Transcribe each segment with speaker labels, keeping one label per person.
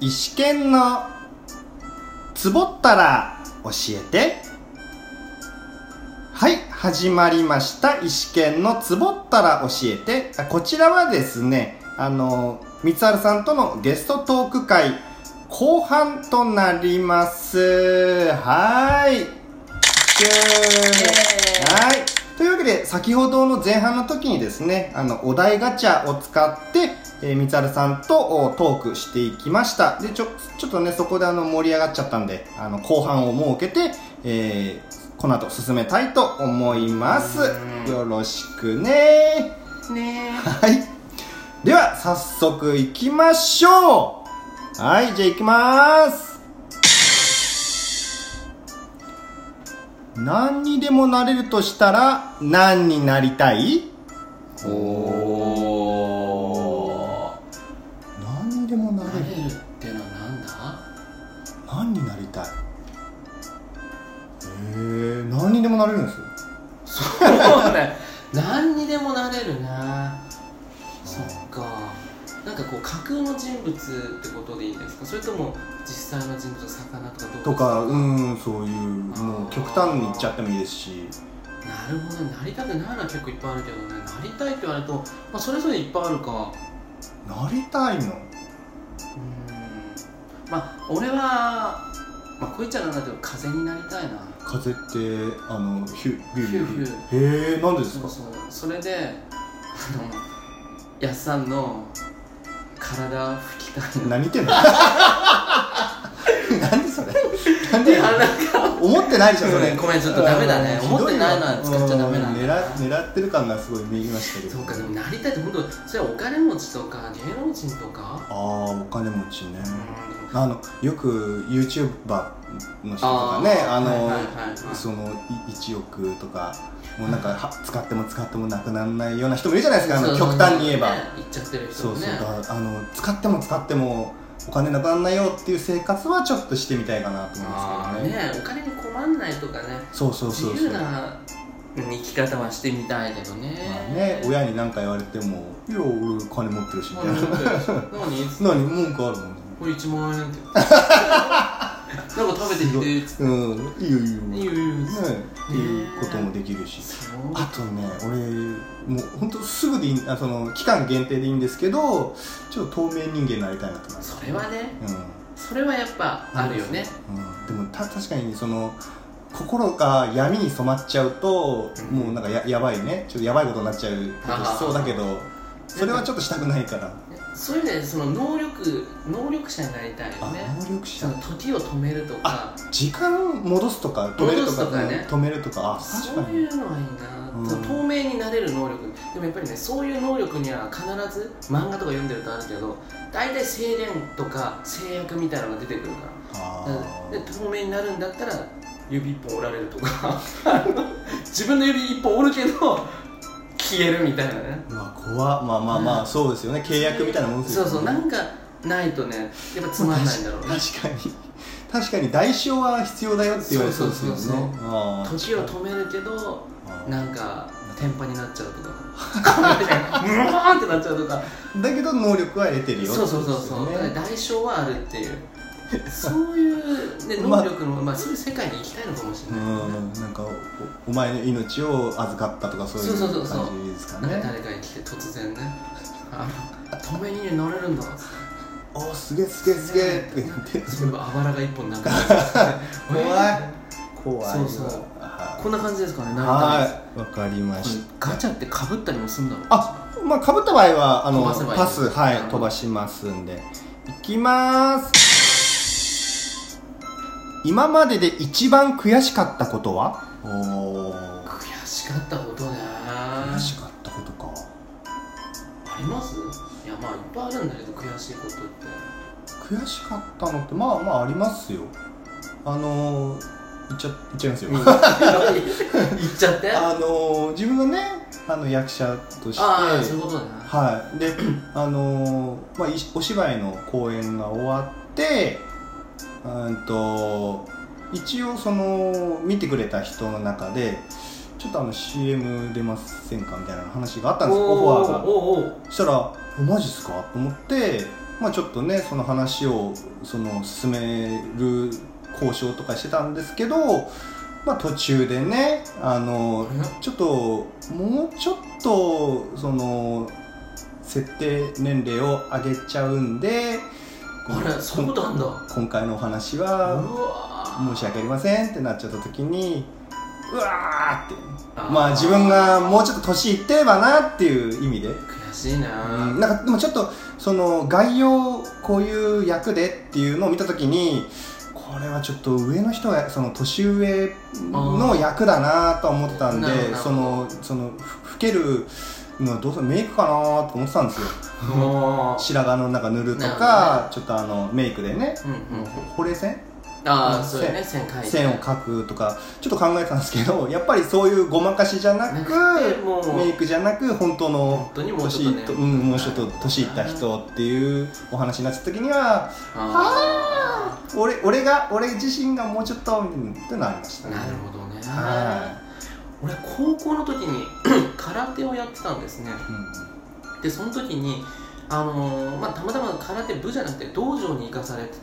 Speaker 1: 石剣のつぼったら教えてはい始まりました石剣のつぼったら教えてあこちらはですねあの三原さんとのゲストトーク会後半となりますはいイエーイはいというわけで先ほどの前半の時にですねあのお題ガチャを使って、えー、みつるさんとおトークしていきましたでちょちょっとねそこであの盛り上がっちゃったんであの後半を設けて、えーこの後進めたいと思いますよろしくね
Speaker 2: ね
Speaker 1: はいでは早速いきましょうはいじゃあいきます何にでもなれるとしたら何になりたい
Speaker 2: えお
Speaker 1: 何にでもな
Speaker 2: な
Speaker 1: れ
Speaker 2: れ
Speaker 1: る
Speaker 2: るってのはなんだ
Speaker 1: 何になりたいへえ何にでもなれるんですよ
Speaker 2: そうね何にでもなれるなそっかなんかこう架空の人物ってことでいいんですかそれとも実際の人物魚とか動物
Speaker 1: とかうんそういうもう極端にいっちゃってもいいですし
Speaker 2: なるほどねなりたくないな結構いっぱいあるけどねなりたいって言われると、まあ、それぞれいっぱいあるか
Speaker 1: なりたいの
Speaker 2: うんまあ俺はまあこう言っちゃなんだけど風になりたいな
Speaker 1: 風ってあのヒュビュービュー
Speaker 2: ヒュー
Speaker 1: へえなんでです
Speaker 2: そ
Speaker 1: か
Speaker 2: うそうそれであのやっさんの体拭きたいな
Speaker 1: 何言ってんの なんでそれなん
Speaker 2: い
Speaker 1: で
Speaker 2: やなんか
Speaker 1: 思ってないじゃんそれ
Speaker 2: うんごめんちょっとダメだね
Speaker 1: うん
Speaker 2: 思ってないのは使っちゃダメな
Speaker 1: う
Speaker 2: んだ
Speaker 1: ん狙狙ってる感がすごい見えましたけど
Speaker 2: そうかでもなりたいって本当それはお金持ちとか芸能人とか
Speaker 1: ああお金持ちね
Speaker 2: うん
Speaker 1: あのよく YouTuber の人とかねあの、
Speaker 2: はいはいはいはい
Speaker 1: そのい1億とかもうなんかは使っても使ってもなくならないような人もいるじゃないですかあの
Speaker 2: そうそう
Speaker 1: 極端に言えば、
Speaker 2: ね言っちゃってる人
Speaker 1: そ
Speaker 2: も
Speaker 1: う
Speaker 2: ね
Speaker 1: そうだからあの使っても使ってもお金なくならないよっていう生活はちょっとしてみたいかなと思
Speaker 2: あ
Speaker 1: うんで
Speaker 2: ー
Speaker 1: すけどね
Speaker 2: ねお金に困んないとかね
Speaker 1: そうそう
Speaker 2: 自
Speaker 1: そうそ
Speaker 2: 由
Speaker 1: うま
Speaker 2: な生き方はしてみたいけどね,、
Speaker 1: あね親に何か言われても「いや俺金持ってるし」みたいな
Speaker 2: 何
Speaker 1: 「何文句あるの?」
Speaker 2: これ1万 円ってなんか食べてきてっつ
Speaker 1: う
Speaker 2: っ
Speaker 1: んいいよいいよ」
Speaker 2: て
Speaker 1: ね
Speaker 2: 言う
Speaker 1: っていうこともできるし
Speaker 2: そう
Speaker 1: あとね俺もうほんとすぐでいいあその期間限定でいいんですけどちょっと透明人間になりたいなと思います
Speaker 2: それはね
Speaker 1: うん
Speaker 2: それはやっぱあるよね
Speaker 1: うんでもた確かにその心が闇に染まっちゃうと、
Speaker 2: うん
Speaker 1: もうなんかややばいねちょっとやばいことになっちゃうことしそうだけどそれはちょっとしたくないから
Speaker 2: そういう意味でその能力能力者になりたいよ
Speaker 1: あ
Speaker 2: ね
Speaker 1: 能力
Speaker 2: そ
Speaker 1: 者
Speaker 2: の時を止めるとか
Speaker 1: 時間戻すとか止めるとか
Speaker 2: 戻すとかね
Speaker 1: うん止めるとかあ確
Speaker 2: そう
Speaker 1: かに
Speaker 2: いうのはいいな、
Speaker 1: うん
Speaker 2: その透明になれる能力でもやっぱりねそういう能力には必ず漫画とか読んでるとあるけど大体制限とか制約みたいなのが出てくるから
Speaker 1: あ
Speaker 2: で透明になるんだったら指一本折られるとか 自分の指一本折るけど消えるみたいなね
Speaker 1: ーうわ怖っまあまあまあ、
Speaker 2: うん
Speaker 1: そうですよね契約みたいなもんです
Speaker 2: そ
Speaker 1: よ
Speaker 2: う
Speaker 1: ね
Speaker 2: そうなんかないとねやっぱつまんないんだろうね
Speaker 1: 確かに確かに代償は必要だよって言われそうですよね
Speaker 2: そうそうそう
Speaker 1: あー
Speaker 2: 時を止めるけど
Speaker 1: あー
Speaker 2: なんか天パになっちゃうとかブワーンってなっちゃうとか
Speaker 1: だけど能力は得てるよ
Speaker 2: そうそうそうそう、
Speaker 1: ってこと
Speaker 2: だ
Speaker 1: ですよ
Speaker 2: から
Speaker 1: ね
Speaker 2: 代償はあるっていうそういう、ね、
Speaker 1: まあ
Speaker 2: 能力の、まあ、そういう世界に行きたいのかもし
Speaker 1: う
Speaker 2: れないよね、
Speaker 1: ん、なんかおお前の命を預かったとかそうい
Speaker 2: そうそうそううそう
Speaker 1: 感じですか
Speaker 2: なんか
Speaker 1: ね
Speaker 2: 誰かに来て突然ねあの透明人間になれるんだ
Speaker 1: おーすげえすげえすげえってなって
Speaker 2: そういえばあばらが一本 なんか怖
Speaker 1: 怖い怖いわ
Speaker 2: そうそう
Speaker 1: は
Speaker 2: こんな感じですかね
Speaker 1: い
Speaker 2: なり
Speaker 1: はいわかりま
Speaker 2: たい
Speaker 1: した
Speaker 2: ガチャってかぶったりもするんだろう
Speaker 1: あまあかぶった場合はあの
Speaker 2: 飛ばせばいい
Speaker 1: パスはい
Speaker 2: うん
Speaker 1: 飛ばしますんでいきまーす今までで一番悔しかったことはおー
Speaker 2: 悔しかったことね
Speaker 1: 悔し
Speaker 2: あ
Speaker 1: かったことか
Speaker 2: りますいやまあいっぱいあるんだけど悔しいことって
Speaker 1: 悔しかったのってまあまあありますよあのー言っちゃ言っちゃいますよ、
Speaker 2: 言っちゃってあ
Speaker 1: あのー自分がねあの役者として
Speaker 2: あーそういうことね
Speaker 1: はいであのーまあ、いお芝居の公演が終わってうんと一応その見てくれた人の中でちょっとあの CM 出ませんかみたいな話があったんですよオファーが
Speaker 2: おーおーおー
Speaker 1: そしたら「おマジっすか?」と思ってまあ、ちょっとねその話をその進める交渉とかしてたんですけど、まあ、途中でねあのちょっともうちょっとその設定年齢を上げちゃうんでこ
Speaker 2: あれそうなんだうわ
Speaker 1: 今回のお話は申し訳ありませんってなっちゃった時にうわーってまあ自分がもうちょっと年いってればなっていう意味で、う
Speaker 2: 悔しいな、
Speaker 1: ん、なんかでもちょっとその概要こういう役でっていうのを見た時にこれはちょっと上の人がその年上の役だなとは思ってたんで
Speaker 2: あーなるほど
Speaker 1: そのそのふ老けるのはどうせメイクかなと思ってたんですよ
Speaker 2: も
Speaker 1: 白髪の中塗ると
Speaker 2: なる
Speaker 1: かちょっとあのメイクでね
Speaker 2: う、うんうん、
Speaker 1: ほうれい線
Speaker 2: あ
Speaker 1: うん
Speaker 2: あそうやね線描いて
Speaker 1: 線を描くとかちょっと考えてたんですけどやっぱりそういうごまかしじゃな
Speaker 2: な
Speaker 1: く
Speaker 2: くてもう
Speaker 1: メイクじゃなく本当の
Speaker 2: 本当にもうち
Speaker 1: 年
Speaker 2: ょっ
Speaker 1: い
Speaker 2: とね
Speaker 1: っと、うん、もうちょっと年いった人っていうお話になった時には
Speaker 2: あ
Speaker 1: 俺俺が俺自身がもうちょっとみたいなってなりまし
Speaker 2: あ
Speaker 1: たね
Speaker 2: なるほどね
Speaker 1: は
Speaker 2: 俺高校の時に 空手をやってたんですねでその時にあのーまあ、たまたま空手部じゃなくて道場に行かされて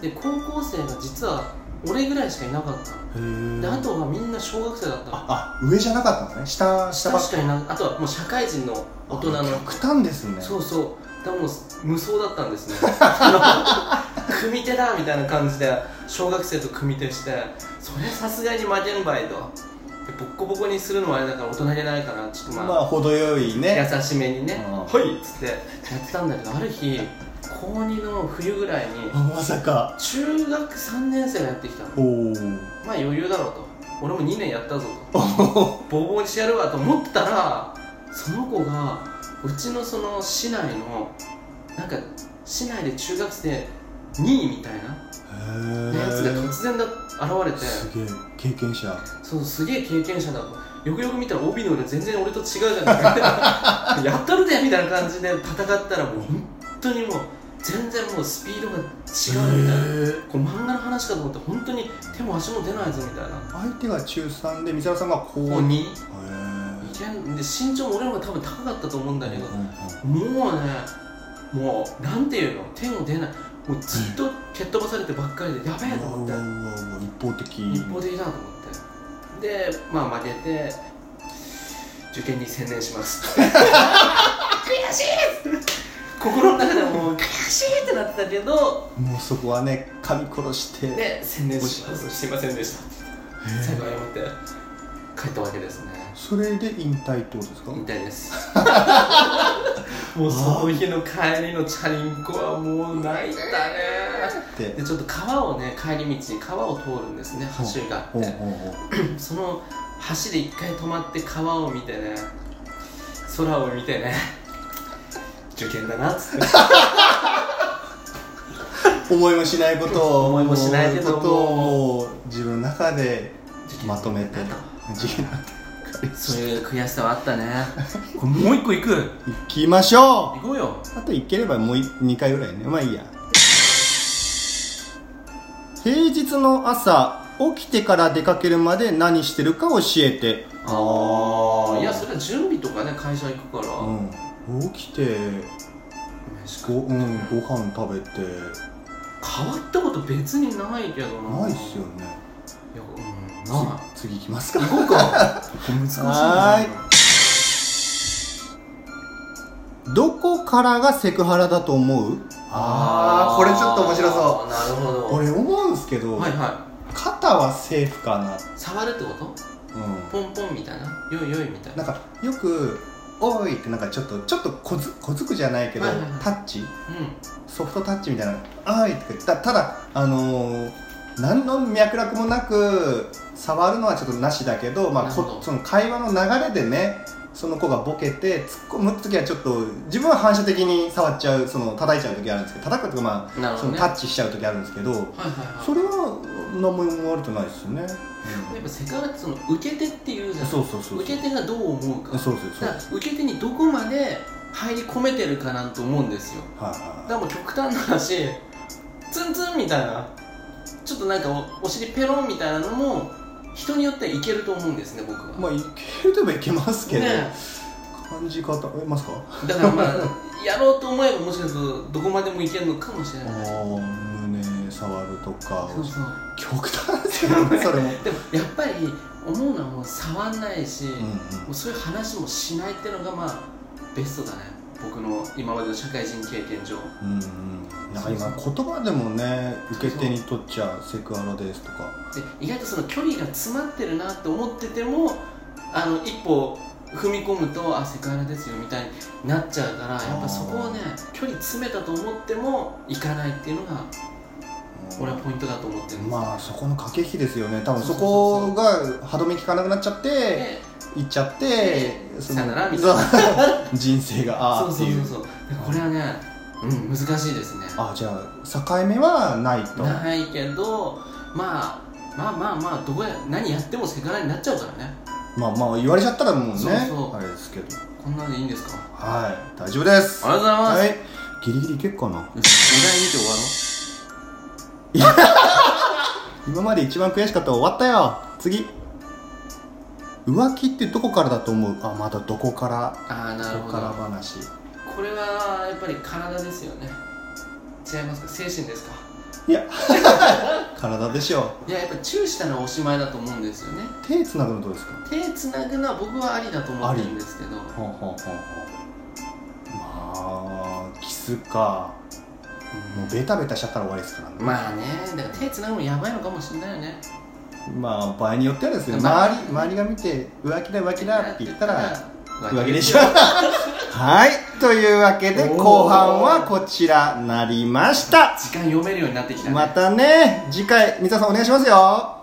Speaker 2: てで高校生が実は俺ぐらいしかいなかったの
Speaker 1: うん、へ
Speaker 2: で
Speaker 1: え
Speaker 2: あとはみんな小学生だったの
Speaker 1: あ上じゃなかったのね下下ばっ
Speaker 2: 確かになあとはもう社会人の大人の
Speaker 1: 極端ですね
Speaker 2: そうそうでももう無双だったんですね あの組手だみたいな感じで小学生と組手してそれさすがに負けんばいとでボッコボコにするのはあれだから大人げないからちょっとまあ、
Speaker 1: まあ程よいね
Speaker 2: 優しめにね「
Speaker 1: うん
Speaker 2: はい」っつってやってたんだけどある日高2の冬ぐらいに
Speaker 1: あまさか
Speaker 2: 中学3年生がやってきたの
Speaker 1: おお
Speaker 2: まあ余裕だろうと俺も2年やったぞとボーボーにしてやるわと思ってたらその子がうちのその市内のなんか市内で中学生2位みたいなやつが突然だ現れて
Speaker 1: すげえ経験者
Speaker 2: そうすげえ経験者だとよくよく見たら帯の裏全然俺と違うじゃない やったるでみたいな感じで戦ったらもう本当にもう全然もうスピードが違うみたい
Speaker 1: へ
Speaker 2: な、
Speaker 1: え
Speaker 2: こう漫画の話かと思って本当に手も足も出ないぞみたいな
Speaker 1: 相手が中3で三沢さんが高
Speaker 2: も
Speaker 1: 2へ
Speaker 2: うにいけんで身長も俺の方が多分高かったと思うんだけ
Speaker 1: え
Speaker 2: ど、もうねもうなんていうの手も出ないもうずっと蹴っ飛ばされてばっかりでやべえと思って、
Speaker 1: 一方的
Speaker 2: 一方的だなと思ってでまあ負けて受験に専念します悔しい心の中でもう悔しいってなってたけど
Speaker 1: もうそこはね噛み殺して
Speaker 2: で専念しますすいませんでした
Speaker 1: へえ
Speaker 2: 最後謝って帰ったわけですね
Speaker 1: それで引退ってことですか
Speaker 2: 引退です もうその日の帰りのチャリンコはもう泣いたね
Speaker 1: って
Speaker 2: でちょっと川をね帰り道に川を通るんですね橋があ
Speaker 1: ほ
Speaker 2: っ
Speaker 1: う
Speaker 2: て
Speaker 1: ほうほう
Speaker 2: その橋で一回止まって川を見てね空を見てね受験だなっつって
Speaker 1: 思いもしないことを
Speaker 2: 思いもしないけども
Speaker 1: ことをもう自分の中で まとめて
Speaker 2: 受験だな
Speaker 1: 自分の中で
Speaker 2: そういう悔しさはあったねこれもう一個行く
Speaker 1: 行きましょ
Speaker 2: 行こうよ
Speaker 1: うあと行ければもう2回ぐらいねまあいいや平日の朝起きてから出かけるまで何してるか教えて
Speaker 2: あ
Speaker 1: ー
Speaker 2: いやそれは準備とかね会社行くから、
Speaker 1: うん起きて
Speaker 2: 飯
Speaker 1: ご,、
Speaker 2: 食
Speaker 1: う、
Speaker 2: うん
Speaker 1: ご
Speaker 2: 変
Speaker 1: 飯食べて
Speaker 2: わったこと別にないけどな
Speaker 1: ないっすよね
Speaker 2: いやうん
Speaker 1: つ
Speaker 2: な
Speaker 1: 次行きますか
Speaker 2: い行こうかここ難しいな
Speaker 1: はどこからがセクハラだと思うあーこれちょっと面白そう
Speaker 2: なるほど
Speaker 1: 俺思うんですけど、
Speaker 2: はいは
Speaker 1: 肩はセーフかな、
Speaker 2: い触るってこと
Speaker 1: うん、
Speaker 2: ポンポンみたいなよいよいみたい
Speaker 1: な
Speaker 2: なん
Speaker 1: かよく「おい!」ってなんかちょっとちょっとこずこづくじゃないけど、
Speaker 2: はいはいはい
Speaker 1: タッチ
Speaker 2: う
Speaker 1: ソフトタッチみたいな「あーい!」ってたただあのー何の脈絡もなく触るのはちょっとなしだけど、まあ、
Speaker 2: なるほ
Speaker 1: こ
Speaker 2: ど
Speaker 1: その会話の流れでねその子がボケて突っ込む時はちょっと自分は反射的に触っちゃうその叩いちゃう時あるんですけど叩くとかま
Speaker 2: んな
Speaker 1: あ
Speaker 2: る
Speaker 1: そ
Speaker 2: ほど
Speaker 1: の
Speaker 2: ね
Speaker 1: タ
Speaker 2: はい
Speaker 1: ッチしちゃう時あるんですけど、
Speaker 2: はいはい
Speaker 1: それは何も言われてないですよね、
Speaker 2: やっぱセカラってその受け手っていうじゃん
Speaker 1: そうそうそうそう
Speaker 2: 受け手がどう思うか
Speaker 1: そうそうそう
Speaker 2: だから受け手にどこまで入り込めてるかなんて思うんですよ
Speaker 1: はい
Speaker 2: だか
Speaker 1: は
Speaker 2: らもう極端な話ツンツンみたいなちょっとなんかおお尻ペロンみたいなのも人によってはいけると思うんですね僕はい
Speaker 1: まあいけるといえばいけますけど、
Speaker 2: ね
Speaker 1: 感じ方えますか
Speaker 2: だからまあやろうと思えばもしかするとどこまでもいけるのかもしれ
Speaker 1: あ
Speaker 2: ない
Speaker 1: ー胸触るとか
Speaker 2: そうそう
Speaker 1: 極端ですよねそれも、
Speaker 2: でもやっぱり思うのはもう触んない
Speaker 1: う
Speaker 2: し、
Speaker 1: んう
Speaker 2: も
Speaker 1: ん、
Speaker 2: うそういう話もしないっていうのがまあベストだね僕の今までの社会人経験上
Speaker 1: うんうん、なんか今言葉でもね受け手にとっちゃセクハラですとか
Speaker 2: で意外とその距離が詰まってるなって思っててもあの一歩踏み込むとあセクハラですよみたいになっちゃうからやっぱそこをね距離詰めたと思っても行かないっていうのが俺はポイントだと思ってるんです
Speaker 1: まあそこの駆け引きですよね多分
Speaker 2: そ
Speaker 1: そう
Speaker 2: そう
Speaker 1: こが歯止め効かなくなっちゃって
Speaker 2: で
Speaker 1: 行っちゃっ
Speaker 2: で
Speaker 1: てその
Speaker 2: さよならみたいな
Speaker 1: そう 人生があ
Speaker 2: そ
Speaker 1: あっ
Speaker 2: う
Speaker 1: て
Speaker 2: そう
Speaker 1: い
Speaker 2: そううそうでこれはね、うん、難しいですね
Speaker 1: あじゃあ境目はないと
Speaker 2: ないけど、まあ、まあまあまあどこや何やってもセクハラになっちゃうからね
Speaker 1: まあまあ言われちゃったらもうね
Speaker 2: そうそう
Speaker 1: あれですけど
Speaker 2: こんなのでいいんですか
Speaker 1: はい大丈夫です
Speaker 2: ありがとうございます、
Speaker 1: はいギリギリいけっかな
Speaker 2: お題見て終わろう
Speaker 1: 今まで一番悔しかった終わったよ次浮気ってどこからだと思うあまだどこから
Speaker 2: ああなる
Speaker 1: どこ
Speaker 2: ほ
Speaker 1: から
Speaker 2: ど
Speaker 1: 話
Speaker 2: これはやっぱり体ですよね違いますか精神ですか
Speaker 1: いや体でしょ
Speaker 2: いややっぱチューしたらおしまいだと思うんですよね
Speaker 1: 手つなぐのどうですか
Speaker 2: 手つなぐのは僕はありだと思ってるんですけど
Speaker 1: ほんほんほんほんまあキスかもうベタベタしちゃったら終わりですからね
Speaker 2: まあねだから手つなぐのやばいのかもしれないよね
Speaker 1: まあ場合によってはですね
Speaker 2: まあ
Speaker 1: 周り周りが見て浮気だ浮気だって言ったら浮
Speaker 2: 浮
Speaker 1: 気
Speaker 2: 気
Speaker 1: で
Speaker 2: で
Speaker 1: し
Speaker 2: し
Speaker 1: ょ
Speaker 2: ょ
Speaker 1: はいというわけで
Speaker 2: おー
Speaker 1: 後半はこちらなりました
Speaker 2: 時間読めるようになってきたね
Speaker 1: またね次回三沢さんお願いしますよ